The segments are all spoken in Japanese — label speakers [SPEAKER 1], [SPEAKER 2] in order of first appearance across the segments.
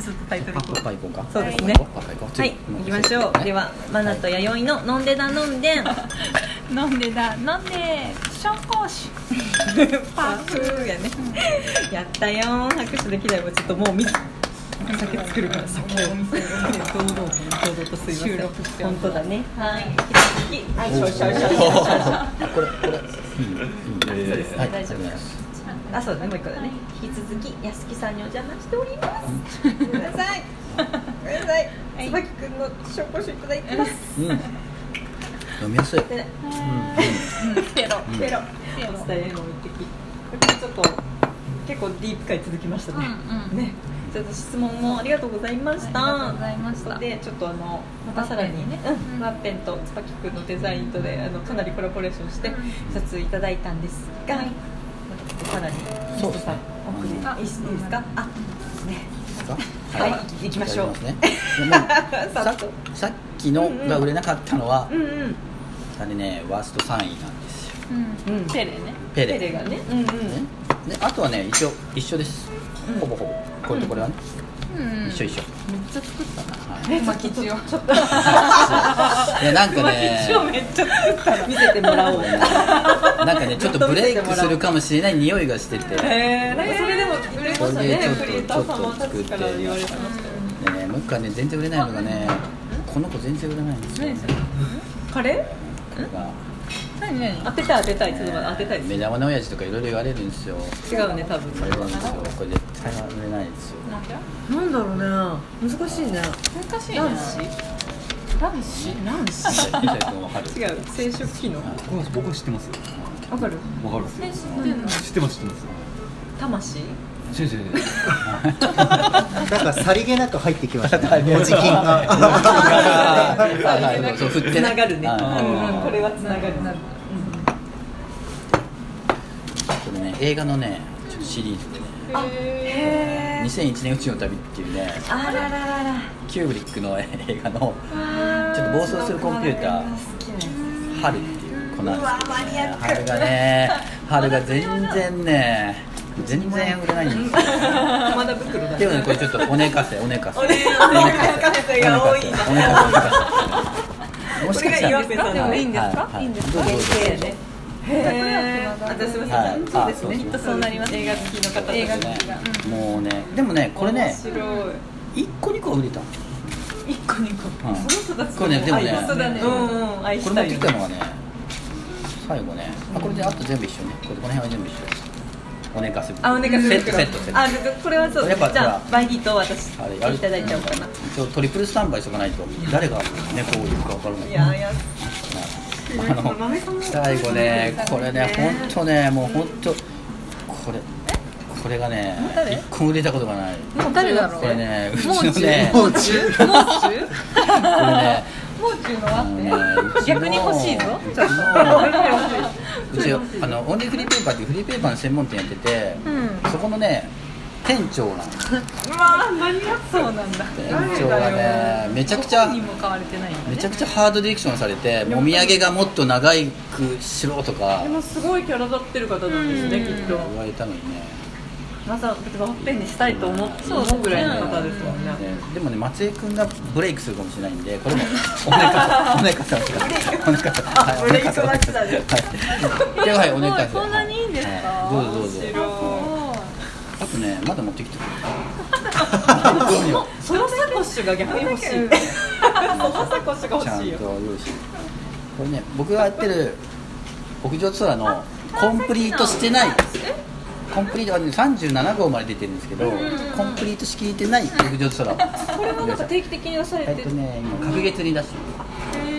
[SPEAKER 1] ずっとタイトル
[SPEAKER 2] パッパ行こうか
[SPEAKER 1] そうですね
[SPEAKER 2] パッパ行こう
[SPEAKER 1] はい行きましょうではマナと弥生の「飲んでだ飲んでん」
[SPEAKER 3] 飲んでだ飲んで紹興酒
[SPEAKER 1] パフーやね やったよー拍手できないもうちょっともうみ酒作るから酒を堂々と堂々とすいません
[SPEAKER 3] 収録してま
[SPEAKER 1] 本
[SPEAKER 3] す
[SPEAKER 1] 当だねはい引き続きはい
[SPEAKER 2] お
[SPEAKER 1] し
[SPEAKER 2] ー
[SPEAKER 1] ょしょしょしょしょしょ
[SPEAKER 2] あこれこれうんうん
[SPEAKER 1] すね
[SPEAKER 2] はい
[SPEAKER 1] 大丈夫
[SPEAKER 2] お願いします
[SPEAKER 1] あそうだねもう一個だね引き続き安木さんにお邪魔しておりますごめんなさいごめんなさい椿くんの紹興酒いただいてます
[SPEAKER 2] うん飲みやすい
[SPEAKER 1] で
[SPEAKER 3] ペロ
[SPEAKER 2] うん
[SPEAKER 1] ペロ
[SPEAKER 3] ペロ
[SPEAKER 1] お伝えの一滴これちょっと結構ディープ回続きましたね、
[SPEAKER 3] うんうん
[SPEAKER 1] ねちょっと質問もありがとうございました
[SPEAKER 3] ありがとうございました
[SPEAKER 1] でちょっとあのまたさらにね
[SPEAKER 3] ワッペンね
[SPEAKER 1] うんワッペンと椿くんのデザインとであのかなりコラボレーションして
[SPEAKER 3] うん
[SPEAKER 1] 撮影いただいたんですが、
[SPEAKER 3] はい
[SPEAKER 1] かなり
[SPEAKER 2] そうですね
[SPEAKER 1] 奥でいい
[SPEAKER 3] あ
[SPEAKER 1] ですかあね
[SPEAKER 2] ですか
[SPEAKER 1] はい行きましょう
[SPEAKER 2] やりますねで も
[SPEAKER 1] さ
[SPEAKER 2] さ
[SPEAKER 1] っと
[SPEAKER 2] さっきのが売れなかったのは
[SPEAKER 1] うんうん
[SPEAKER 2] あれねワースト3位なんですよ
[SPEAKER 3] うん
[SPEAKER 1] うん
[SPEAKER 3] ペレね
[SPEAKER 2] ペ
[SPEAKER 1] ペ
[SPEAKER 2] レ
[SPEAKER 1] レがねうん
[SPEAKER 2] ねであとはね一応一緒です
[SPEAKER 1] うん
[SPEAKER 2] ほぼほぼこれとこれはね
[SPEAKER 3] うん
[SPEAKER 2] 一緒一緒
[SPEAKER 3] めっちゃ作ったな
[SPEAKER 2] はい
[SPEAKER 1] うん
[SPEAKER 3] 巻き
[SPEAKER 1] ち
[SPEAKER 3] 塩
[SPEAKER 1] ょっと
[SPEAKER 2] い やなんかね
[SPEAKER 3] 塩めっちゃ作った
[SPEAKER 1] 見せてもらおう
[SPEAKER 2] なんかねちょっとブレイクするかもしれない匂いがしてて
[SPEAKER 1] へえなんかそれでも売れましたね
[SPEAKER 2] それでちょっと
[SPEAKER 1] クリエイター様たちから言われてましたよね
[SPEAKER 2] でねもう一回ね全然売れないのがねこの子全然売れないんですよ
[SPEAKER 3] 何それ
[SPEAKER 1] カレー
[SPEAKER 2] が
[SPEAKER 3] 何何
[SPEAKER 1] 当てたい当てたいちょっと待って当てたい
[SPEAKER 2] 目
[SPEAKER 1] で
[SPEAKER 2] 玉の親父とかいろいろ言われるんですよ
[SPEAKER 1] す違うね多分
[SPEAKER 2] 言われるんですよこれ絶対売れない ですよ
[SPEAKER 3] なんだ
[SPEAKER 1] なんだろうね難しいね
[SPEAKER 3] 難しいね
[SPEAKER 1] 男子
[SPEAKER 3] 男子
[SPEAKER 1] なんし
[SPEAKER 2] 伊勢君わかる
[SPEAKER 1] 違う生殖機能
[SPEAKER 4] 僕は知ってますよ
[SPEAKER 1] わかる
[SPEAKER 4] わかる
[SPEAKER 3] え知ってんの
[SPEAKER 4] 知ってます知ってます
[SPEAKER 1] 魂
[SPEAKER 4] 違う違う違う
[SPEAKER 5] なんかさりげなく入ってきましたね。持 ち金が。
[SPEAKER 2] はいはいはいそう振って
[SPEAKER 1] つながるね
[SPEAKER 2] あー
[SPEAKER 1] うんうんこれはつながる
[SPEAKER 2] これね映画のねちょっとシリーズでね
[SPEAKER 1] へー
[SPEAKER 2] 2001年宇宙の旅っていうね
[SPEAKER 1] あらららら
[SPEAKER 2] キューブリックの映画の
[SPEAKER 1] あ
[SPEAKER 2] ちょっと暴走するコンピューター春っていう子なんですけど、ね、春がね春が全然ね全然売れないんですよ
[SPEAKER 1] 玉田袋だね
[SPEAKER 2] でもねこれちょっとおねかせおねかせ
[SPEAKER 1] おねおねかせが多いな
[SPEAKER 2] おねかせもしかしたら
[SPEAKER 1] これが岩部さん
[SPEAKER 3] で
[SPEAKER 1] の
[SPEAKER 3] もいいんですか
[SPEAKER 2] はいはい
[SPEAKER 3] いいんですか
[SPEAKER 2] どうぞどうぞ
[SPEAKER 1] ねへーあじゃあすいません
[SPEAKER 2] はい
[SPEAKER 1] そうですね
[SPEAKER 2] あ
[SPEAKER 1] きっとそうなります映画好きの方たち
[SPEAKER 3] 映画好き
[SPEAKER 2] もうねでもねこれね
[SPEAKER 1] 面白い
[SPEAKER 2] 一個二個売れたの
[SPEAKER 1] 一個二個、
[SPEAKER 2] うん
[SPEAKER 1] その人たち
[SPEAKER 2] これねでもね
[SPEAKER 1] 愛そうだねうんうん愛
[SPEAKER 2] こ
[SPEAKER 1] し
[SPEAKER 2] れ
[SPEAKER 1] た
[SPEAKER 2] 持っ
[SPEAKER 1] い
[SPEAKER 2] て
[SPEAKER 1] よ
[SPEAKER 2] きたのはね最後ねあこれであと全部一緒ねこれこの辺は全部一緒おねかせ
[SPEAKER 1] あお願いす
[SPEAKER 2] セ
[SPEAKER 1] る
[SPEAKER 2] ットセットセット
[SPEAKER 1] あじゃあこれはそう
[SPEAKER 2] やっぱ
[SPEAKER 1] じゃ
[SPEAKER 2] ほ
[SPEAKER 1] あバイディと私
[SPEAKER 2] あれやる
[SPEAKER 1] いただいちゃおうかな、
[SPEAKER 2] 一応トリプルスタンバイしとかないと誰が猫をいるか分からない
[SPEAKER 1] いやいや
[SPEAKER 2] あの最後ねこれね本当ねもう本当これこれがね
[SPEAKER 3] 誰
[SPEAKER 2] 一個も売れたことがない
[SPEAKER 3] もう誰だろう
[SPEAKER 2] これねうち
[SPEAKER 3] も
[SPEAKER 2] の
[SPEAKER 3] う
[SPEAKER 2] ね
[SPEAKER 5] もう中。
[SPEAKER 3] もう中
[SPEAKER 2] これね
[SPEAKER 3] もう中の
[SPEAKER 2] あ
[SPEAKER 3] ワ
[SPEAKER 2] のね
[SPEAKER 3] ッペン
[SPEAKER 2] うちの
[SPEAKER 3] 逆に欲しいぞ
[SPEAKER 2] うちのうちあのオンリーフリーペーパーっていうフリーペーパーの専門店やってて
[SPEAKER 3] う
[SPEAKER 2] そこのね店長なんです
[SPEAKER 3] うわー何がそうなんだ
[SPEAKER 2] 店長がねめちゃくちゃ
[SPEAKER 3] にも買われてないよね
[SPEAKER 2] めちゃくちゃハードディレクションされてもみあげがもっと長くしろとか
[SPEAKER 1] でもすごいキャラ立ってる方なんですね
[SPEAKER 3] うん
[SPEAKER 1] きっと
[SPEAKER 2] 言われたのにね
[SPEAKER 1] まさ別にワッペンにしたいと思って
[SPEAKER 3] そう
[SPEAKER 1] 思うぐらいの方ですもんね
[SPEAKER 2] ねでもね松江君がブレイクするかもしれないんでこれもおね かさおねかさおねかさはいおねかさ
[SPEAKER 1] ブレイクマッチだね
[SPEAKER 2] はいでははいおねかさ
[SPEAKER 3] すごいこんなにいいんですか
[SPEAKER 2] はいどうぞどうぞ
[SPEAKER 1] 面白
[SPEAKER 2] あとねまだ持ってきてく
[SPEAKER 1] い
[SPEAKER 2] れ
[SPEAKER 1] そそのサコッシュが逆に欲しいそのサコッシュが
[SPEAKER 2] ち
[SPEAKER 1] 欲し
[SPEAKER 2] ゃんと
[SPEAKER 1] いよ
[SPEAKER 2] 用意してこれね僕がやってる屋上ツアーのコンプリートしてないコンプリートがね37号まで出てるんですけど、コンプリートしきれてない屋上ツアー
[SPEAKER 1] これはなんか定期的に出され
[SPEAKER 2] え
[SPEAKER 1] て
[SPEAKER 2] っとね今隔月に出してる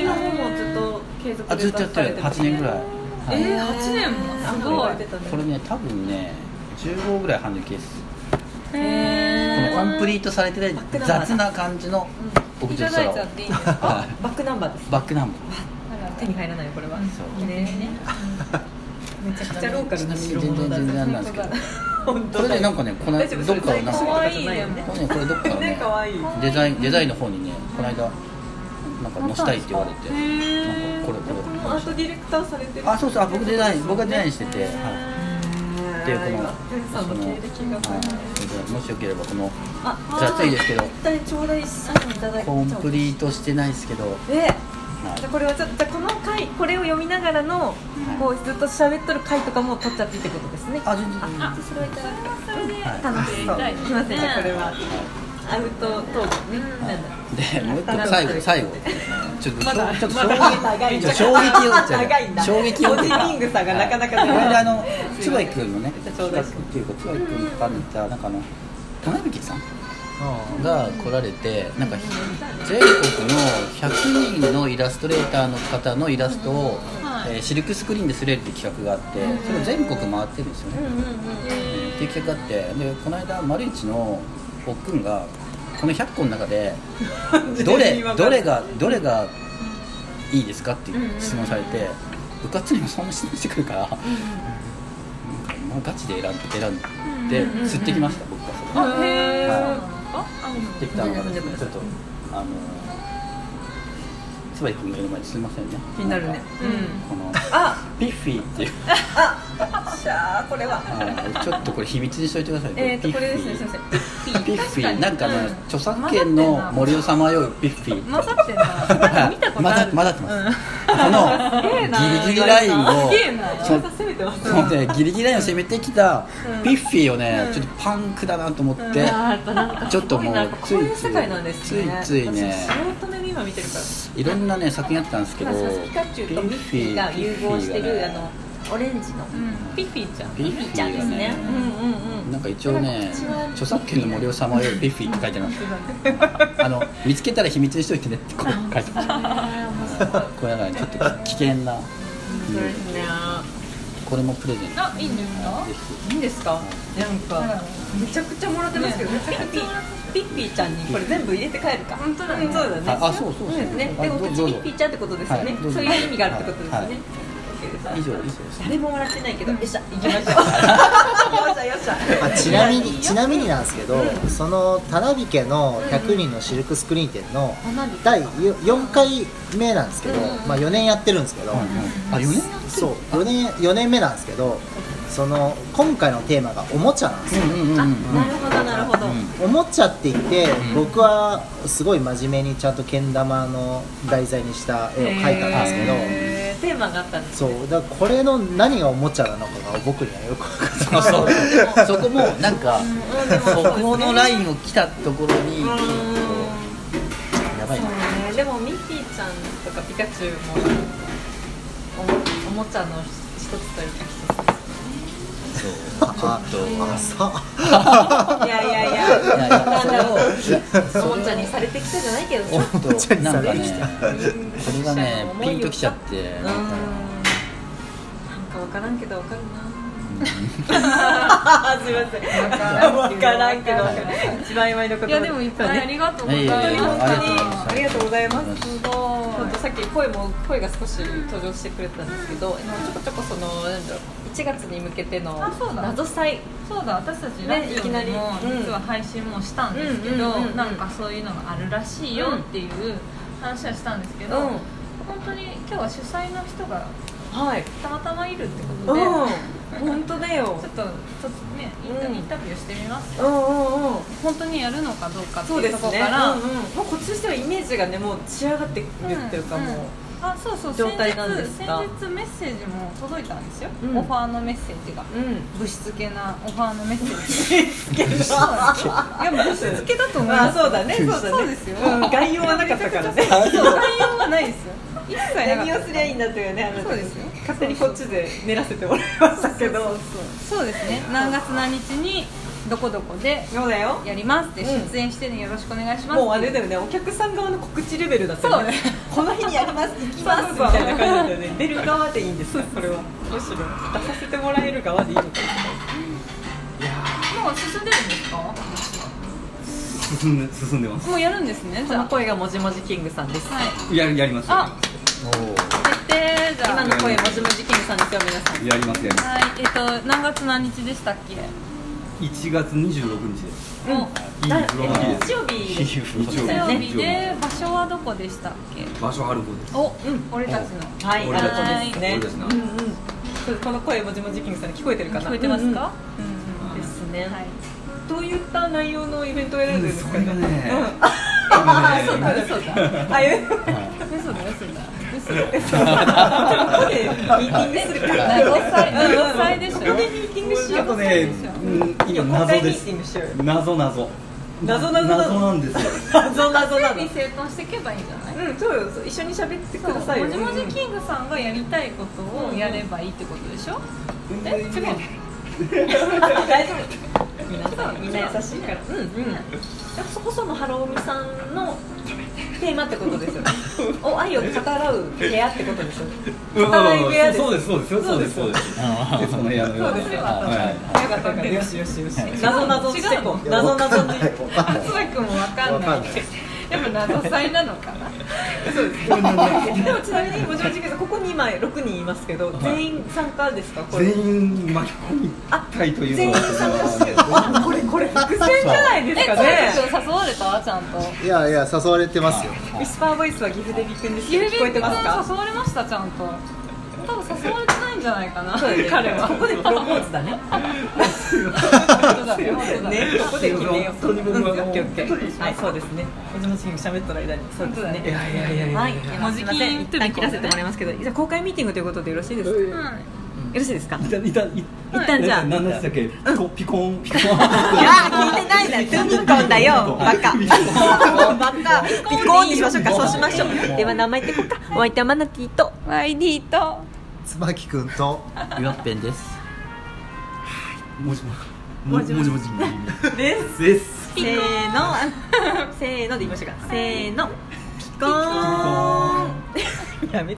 [SPEAKER 1] 今もうずっと継続
[SPEAKER 2] あ
[SPEAKER 1] で
[SPEAKER 2] ずっとやってる8年ぐらい、はい
[SPEAKER 3] えー8年もすごい
[SPEAKER 2] これね多分ね15ぐらい半抜きですこ
[SPEAKER 3] へ
[SPEAKER 2] のコンプリートされてない雑な感じの屋
[SPEAKER 3] いた
[SPEAKER 2] 上空
[SPEAKER 3] だい
[SPEAKER 2] を
[SPEAKER 3] ちゃっていいんですか
[SPEAKER 2] はい
[SPEAKER 1] バックナンバーです
[SPEAKER 2] バックナンバ
[SPEAKER 1] 手に入らないよこれは
[SPEAKER 2] そう
[SPEAKER 1] ねめちゃくちゃローカルな
[SPEAKER 2] ー
[SPEAKER 1] 代
[SPEAKER 2] 全
[SPEAKER 1] 物
[SPEAKER 2] 然
[SPEAKER 1] だ
[SPEAKER 2] 全然あれなんですけどこれでなんかねこの
[SPEAKER 1] 大丈夫
[SPEAKER 2] どっかをな
[SPEAKER 1] それ
[SPEAKER 3] 可
[SPEAKER 1] 可
[SPEAKER 3] 愛
[SPEAKER 1] 愛
[SPEAKER 3] い
[SPEAKER 1] い
[SPEAKER 3] よ
[SPEAKER 1] よ
[SPEAKER 3] ね
[SPEAKER 1] ね
[SPEAKER 2] これねこれどっかを
[SPEAKER 1] ね
[SPEAKER 2] ね
[SPEAKER 1] 可愛い
[SPEAKER 2] デザインデザインの方にねこの間なんか載せたいって言われてなんかこれこ
[SPEAKER 1] アートディレクターされて
[SPEAKER 2] れ
[SPEAKER 1] る
[SPEAKER 2] あそうそうあ僕デザイン僕がデザインしてて、はい
[SPEAKER 1] へ
[SPEAKER 2] っていうこの
[SPEAKER 1] さんの経歴が
[SPEAKER 2] はいそれでもしよければこの
[SPEAKER 1] あ
[SPEAKER 2] じゃあ暑いですけど
[SPEAKER 1] 一体ちょうだいサインいただいちゃ
[SPEAKER 2] コ
[SPEAKER 1] おう
[SPEAKER 2] ンプリートしてないですけど、は
[SPEAKER 1] え
[SPEAKER 2] い
[SPEAKER 1] じゃあこれはちょっとじゃあこの回これを読みながらのこうずっと喋っとる回とかも撮っちゃっていいってことですね
[SPEAKER 2] あ全然全然
[SPEAKER 1] あそれはいただきます
[SPEAKER 2] はい
[SPEAKER 1] 楽しそうすいませんじゃあこれはアウトトークね
[SPEAKER 2] でもう一個最後最後ちょっと、ちょっと衝
[SPEAKER 1] 長い
[SPEAKER 2] 撃
[SPEAKER 1] ん
[SPEAKER 2] ちょっ
[SPEAKER 1] だ
[SPEAKER 2] と衝撃を
[SPEAKER 1] 長いんだ
[SPEAKER 2] 衝撃を
[SPEAKER 1] オーディリングさがなかなか
[SPEAKER 2] は
[SPEAKER 1] 出な
[SPEAKER 2] い
[SPEAKER 1] い
[SPEAKER 2] これであのつばいくんのねつ
[SPEAKER 1] ちょう
[SPEAKER 2] ば
[SPEAKER 1] だ
[SPEAKER 2] い
[SPEAKER 1] い
[SPEAKER 2] くんっていうかつばいくんが見たなんかあの棚引さん
[SPEAKER 5] あ
[SPEAKER 2] が来られてなんか全国の100人のイラストレーターの方のイラストを、えーシルクスクリーンで刷れるって企画があってそれを全国回ってるんですよね、っていう企画があってでこの間丸一のおっくんがこの100個の中でどれどれがどれがいいですかっていう質問されて部活にもそんな質問してくるから、なんかまあガチで選んで選んで釣ってきました、僕はそれ。
[SPEAKER 3] あへえ
[SPEAKER 2] ってきたのがですね、ちょっと、あの。椿君の目の前ですみませんね。
[SPEAKER 1] 気になるねうん
[SPEAKER 2] この。
[SPEAKER 1] あ
[SPEAKER 2] ピッフィーっていう。
[SPEAKER 1] しゃあこれは
[SPEAKER 2] あちょっとこれ秘密にしといてください。
[SPEAKER 1] えーとこれですねすい
[SPEAKER 2] ピ
[SPEAKER 1] ません
[SPEAKER 2] ッフィーピッフィー、なんかね、
[SPEAKER 3] うん
[SPEAKER 2] 著作権の森をさまようピッフィー。
[SPEAKER 3] 混ざってんななんか見たことある
[SPEAKER 2] 混ざってます。このギリギリラインを
[SPEAKER 3] すげえな
[SPEAKER 2] その
[SPEAKER 1] 攻めてます
[SPEAKER 2] そのねギリギリラインを攻めてきたピッフィーをね、ちょっとパンクだなと思って、
[SPEAKER 3] やっぱなんか
[SPEAKER 2] ちょっともう
[SPEAKER 1] なんかこういう世界なんですね
[SPEAKER 2] ついついね
[SPEAKER 1] 私素人目で今見てるから
[SPEAKER 2] いろんなね作品やってたんですけど、
[SPEAKER 1] 今そうピカチュウとミッフィーが融合して
[SPEAKER 2] ピッフィー
[SPEAKER 1] る
[SPEAKER 2] が
[SPEAKER 1] あ
[SPEAKER 2] ね
[SPEAKER 1] のオレンジの
[SPEAKER 3] うんピッフィーちゃん
[SPEAKER 2] ビッフィーが
[SPEAKER 1] ですねうんうんうん
[SPEAKER 2] なんか一応ね著作権の森をさ まようビッフィーって書いてありますあの見つけたら秘密にしといてねってこう書いてますこれだからねちょっと危険な、
[SPEAKER 1] そうですね
[SPEAKER 2] これもプレゼント
[SPEAKER 3] あいいんですか
[SPEAKER 2] ぜ
[SPEAKER 1] いいんですかなんかめちゃくちゃもらってますけどめちゃくちゃピッピーちゃんにこれ全部入れて帰るか本当だねそうだね
[SPEAKER 2] ああそうそうそう
[SPEAKER 1] ですね
[SPEAKER 2] あ
[SPEAKER 1] でも
[SPEAKER 2] ど
[SPEAKER 1] こ
[SPEAKER 2] う
[SPEAKER 1] っちピ
[SPEAKER 2] どうぞ
[SPEAKER 1] ッピーちゃんってことですよね
[SPEAKER 2] はいどうぞ
[SPEAKER 1] そういう意味があるってことですよ
[SPEAKER 2] はい
[SPEAKER 1] ね OK です
[SPEAKER 2] ひ以上以上ですね
[SPEAKER 1] 誰も笑ってないけど、よっしゃ、行きましょう。よっしゃ、よっしゃ。
[SPEAKER 5] あちなみにちなみになんですけど、その田辺家の100人のシルクスクリーン店の第4回目なんですけど、まあ、4年やってるんですけど、
[SPEAKER 2] あ4年
[SPEAKER 5] そう4年4年目なんですけどその今回のテーマがおもちゃなんですよ、
[SPEAKER 2] うんうんうんうん
[SPEAKER 1] なるほど、なるほど。
[SPEAKER 5] おもちゃって言って、
[SPEAKER 2] ん
[SPEAKER 5] 僕はすごい真面目にちゃんとけん玉の題材にした絵を描いたんですけど、
[SPEAKER 1] えーテーマがあったんです。
[SPEAKER 5] そうだからこれの何がおもちゃなのかが僕にはよく分か
[SPEAKER 2] そうそうそこもなんか
[SPEAKER 1] うんでもそう
[SPEAKER 2] そ
[SPEAKER 1] ですね
[SPEAKER 2] このラインを来たところに
[SPEAKER 1] うーん。
[SPEAKER 2] やばい
[SPEAKER 1] そう
[SPEAKER 2] な
[SPEAKER 1] ね、でもミッフィーちゃんとかピカチュウもおもおもちゃの一つというか
[SPEAKER 2] そう
[SPEAKER 5] あ
[SPEAKER 2] ちょっと
[SPEAKER 5] んない朝
[SPEAKER 1] 一つ。いやいやい
[SPEAKER 2] いや
[SPEAKER 1] や
[SPEAKER 2] いや
[SPEAKER 1] なんだろう
[SPEAKER 2] それを
[SPEAKER 1] おもちゃにされてきたじゃないけどさ。
[SPEAKER 2] お
[SPEAKER 1] う
[SPEAKER 2] っ
[SPEAKER 1] ー
[SPEAKER 2] となんかね
[SPEAKER 1] うん
[SPEAKER 2] これがねピンときちゃって
[SPEAKER 1] ん。なんかわからんけどわかるな。すみません。わからんけど一番曖昧なこと。
[SPEAKER 3] いやでもいっぱいありがとうござい
[SPEAKER 2] いやいやいや
[SPEAKER 3] ま
[SPEAKER 1] 本
[SPEAKER 3] す
[SPEAKER 1] 当にありがとうございます。
[SPEAKER 3] す
[SPEAKER 1] ちょっと
[SPEAKER 3] ご
[SPEAKER 1] さっき声も声が少し登場してくれてたんですけど、あのちょこちょこそのなんだろう1月に向けての
[SPEAKER 3] あそうだ
[SPEAKER 1] 謎祭
[SPEAKER 3] いそうだ私たちラ
[SPEAKER 1] ね
[SPEAKER 3] ジオ
[SPEAKER 1] いき
[SPEAKER 3] で
[SPEAKER 1] なり
[SPEAKER 3] も
[SPEAKER 1] うん
[SPEAKER 3] 実は配信もしたんですけど
[SPEAKER 1] うんうんうんうん
[SPEAKER 3] なんかそういうのがあるらしいよっていう話はしたんですけど
[SPEAKER 1] うん
[SPEAKER 3] 本当に今日は主催の人が
[SPEAKER 1] はい。
[SPEAKER 3] たまたまいるってこ
[SPEAKER 1] うん
[SPEAKER 3] とでちょっ、
[SPEAKER 1] 本当だよ
[SPEAKER 3] と。ちょっとねインタ
[SPEAKER 1] うん
[SPEAKER 3] インタビューしてみます
[SPEAKER 1] うんうんうん。
[SPEAKER 3] 本当にやるのかどうかって
[SPEAKER 1] そう
[SPEAKER 3] い
[SPEAKER 1] で
[SPEAKER 3] うと
[SPEAKER 1] す
[SPEAKER 3] ころ
[SPEAKER 1] ね。
[SPEAKER 3] から
[SPEAKER 1] うんうん、もうこっちとしてはイメージがねもう仕上がってるっていうかもう。
[SPEAKER 3] あそうそう
[SPEAKER 1] 状態なんですか
[SPEAKER 3] 先日先日メッセージも届いたんですよ、
[SPEAKER 1] うん
[SPEAKER 3] オファーのメッセージが
[SPEAKER 1] うん。
[SPEAKER 3] 物質系なオファーのメッセージ
[SPEAKER 1] あ
[SPEAKER 3] いや物質系だと思い
[SPEAKER 1] あ
[SPEAKER 3] ます
[SPEAKER 1] そうだねそうだね。
[SPEAKER 3] そうですよ
[SPEAKER 1] ん概要はなかったからね。
[SPEAKER 3] そう内容はないですよ一切なかった
[SPEAKER 1] 何をすりゃいいんだというねあなた
[SPEAKER 3] そうですよ
[SPEAKER 1] 勝手にこっちで練らせてもらいましたけど。
[SPEAKER 3] そうですね何月何日にどこどこで
[SPEAKER 1] そうだよ。
[SPEAKER 3] やりますって
[SPEAKER 1] うん
[SPEAKER 3] 出演してねよろしくお願いします
[SPEAKER 1] もうあれだよねお客さん側の告知レベルだった
[SPEAKER 3] そう
[SPEAKER 1] よ
[SPEAKER 3] ね
[SPEAKER 1] ねこの日にやります行きますみたいな感じだよね出る側でいいんですそれはむしろ出させてもらえる側でいいのかな
[SPEAKER 3] もう進んでるんですか
[SPEAKER 4] 進んで進んでます
[SPEAKER 3] もうやるんですねじ
[SPEAKER 1] こ
[SPEAKER 3] ゃ
[SPEAKER 1] の
[SPEAKER 3] あ
[SPEAKER 1] 声がもじもじキングさんです
[SPEAKER 3] はい
[SPEAKER 4] ややりますや
[SPEAKER 3] あ決定じゃ
[SPEAKER 1] 今
[SPEAKER 3] あ
[SPEAKER 1] の声もじもじキングさんですよ皆さん
[SPEAKER 4] りますやりますやりま
[SPEAKER 3] はいえっと何月何日でしたっけ
[SPEAKER 4] す1月26日です
[SPEAKER 3] も
[SPEAKER 4] いい
[SPEAKER 1] だ
[SPEAKER 4] 風呂なん
[SPEAKER 1] え
[SPEAKER 4] です
[SPEAKER 1] 日曜日 です
[SPEAKER 4] 日
[SPEAKER 3] う火
[SPEAKER 4] 曜
[SPEAKER 3] 曜
[SPEAKER 4] 日
[SPEAKER 3] 日で場所はどこでしたっけ
[SPEAKER 4] 場所ある方です
[SPEAKER 3] お、うん、俺たちの
[SPEAKER 1] はいあ
[SPEAKER 4] 俺
[SPEAKER 1] な
[SPEAKER 4] たち
[SPEAKER 1] たですね
[SPEAKER 4] 俺たちの
[SPEAKER 1] うんうんそうこの声もじもじキングさんに聞こえてるかな
[SPEAKER 3] 聞こえてますか、
[SPEAKER 1] うんうんうんですね、
[SPEAKER 3] はい
[SPEAKER 1] どういった内容のイベントをやられるんですかね、
[SPEAKER 4] うんそれがね
[SPEAKER 1] うんああそうだねそうだあいや
[SPEAKER 2] は
[SPEAKER 3] 嘘だ 嘘だ嘘
[SPEAKER 1] そ
[SPEAKER 3] だ
[SPEAKER 1] うだここでミーティングするか
[SPEAKER 3] な5歳5歳でしょ
[SPEAKER 1] ここでミーティングし
[SPEAKER 4] ちょ
[SPEAKER 1] よ
[SPEAKER 4] っ
[SPEAKER 1] う
[SPEAKER 4] とね、うん今
[SPEAKER 1] 公
[SPEAKER 4] 謎
[SPEAKER 1] 開ミ
[SPEAKER 4] で
[SPEAKER 1] ー
[SPEAKER 4] す
[SPEAKER 1] ティングしようよ
[SPEAKER 4] 謎謎
[SPEAKER 1] 謎々なの
[SPEAKER 4] 謎なんですよ
[SPEAKER 1] 謎謎なの
[SPEAKER 3] 整理整頓していけばいいんじゃない
[SPEAKER 1] うんそうよそう一緒に喋ってくださいよ
[SPEAKER 3] もじもじキングさんがやりたいことをやればいいってことでしょ、え違う
[SPEAKER 1] 大丈夫皆さんみんな優しいからうんうんだからそこそのハローミさんのテーマってこと ですよねお愛を語らう部屋ってことですよね語らい部屋です
[SPEAKER 4] そうですそうですそうですそうですでその部屋のよ
[SPEAKER 1] そうですよ
[SPEAKER 4] はい
[SPEAKER 1] よかったよかったよしよしよし 謎謎してこう
[SPEAKER 5] いや
[SPEAKER 1] 謎
[SPEAKER 5] わか
[SPEAKER 1] 謎
[SPEAKER 5] ん
[SPEAKER 1] に
[SPEAKER 5] ないわかんない
[SPEAKER 3] 椿君もわかんない
[SPEAKER 5] わかんない
[SPEAKER 3] やっぱ謎祭なのかな
[SPEAKER 1] そうですでもちなみにもちろん違うけどここに今6人いますけど全員参加ですかこれ
[SPEAKER 4] 全員巻き込みたいという
[SPEAKER 1] 全
[SPEAKER 4] の
[SPEAKER 1] 員
[SPEAKER 4] が
[SPEAKER 1] 参加してるあこれこれ伏線じゃないですかね
[SPEAKER 3] え椿君誘われたちゃんと
[SPEAKER 5] いやいや誘われてますよ
[SPEAKER 1] ウィスパーボイスは岐阜でびくんですけど聞こえてますか
[SPEAKER 3] 誘われましたちゃんと多分誘われてないんじゃないかな
[SPEAKER 1] そうだね
[SPEAKER 3] 彼は
[SPEAKER 1] ここでプロポーズだね。
[SPEAKER 3] そうだね本当だね
[SPEAKER 1] ね、ここで決めよう。
[SPEAKER 4] 本当に僕は
[SPEAKER 1] うんオッケーオッケ
[SPEAKER 4] 本当に
[SPEAKER 1] ー。はい、そうですね。おじもちに喋っとる間に。そうですね。
[SPEAKER 3] い
[SPEAKER 4] やいやいやいや
[SPEAKER 1] はい、
[SPEAKER 3] もじ
[SPEAKER 1] すい
[SPEAKER 3] き
[SPEAKER 1] ません
[SPEAKER 3] インタ
[SPEAKER 1] 一旦
[SPEAKER 3] ビュー
[SPEAKER 1] 切らせてもらいますけど、じゃあ公開ミーティングということでよろしいですか。よ
[SPEAKER 3] はい
[SPEAKER 1] ろしいですか。い
[SPEAKER 4] いたいたい
[SPEAKER 1] 一旦じゃあ
[SPEAKER 4] 何でしたっけピコピコンピコン
[SPEAKER 1] やー、聞いてないだ。トゥミコンだよ。 バカ。バカ。ピコーンにしましょうか。そうしましょう。では名前言ってこうか。お相手はマナティと。
[SPEAKER 3] YD と
[SPEAKER 5] 椿君と
[SPEAKER 2] い。ゆわっぺんです。
[SPEAKER 4] もじもじもじもじ
[SPEAKER 1] です。
[SPEAKER 4] です
[SPEAKER 1] せー の。せーので言いましょうか。せーの。ピコーン。やめ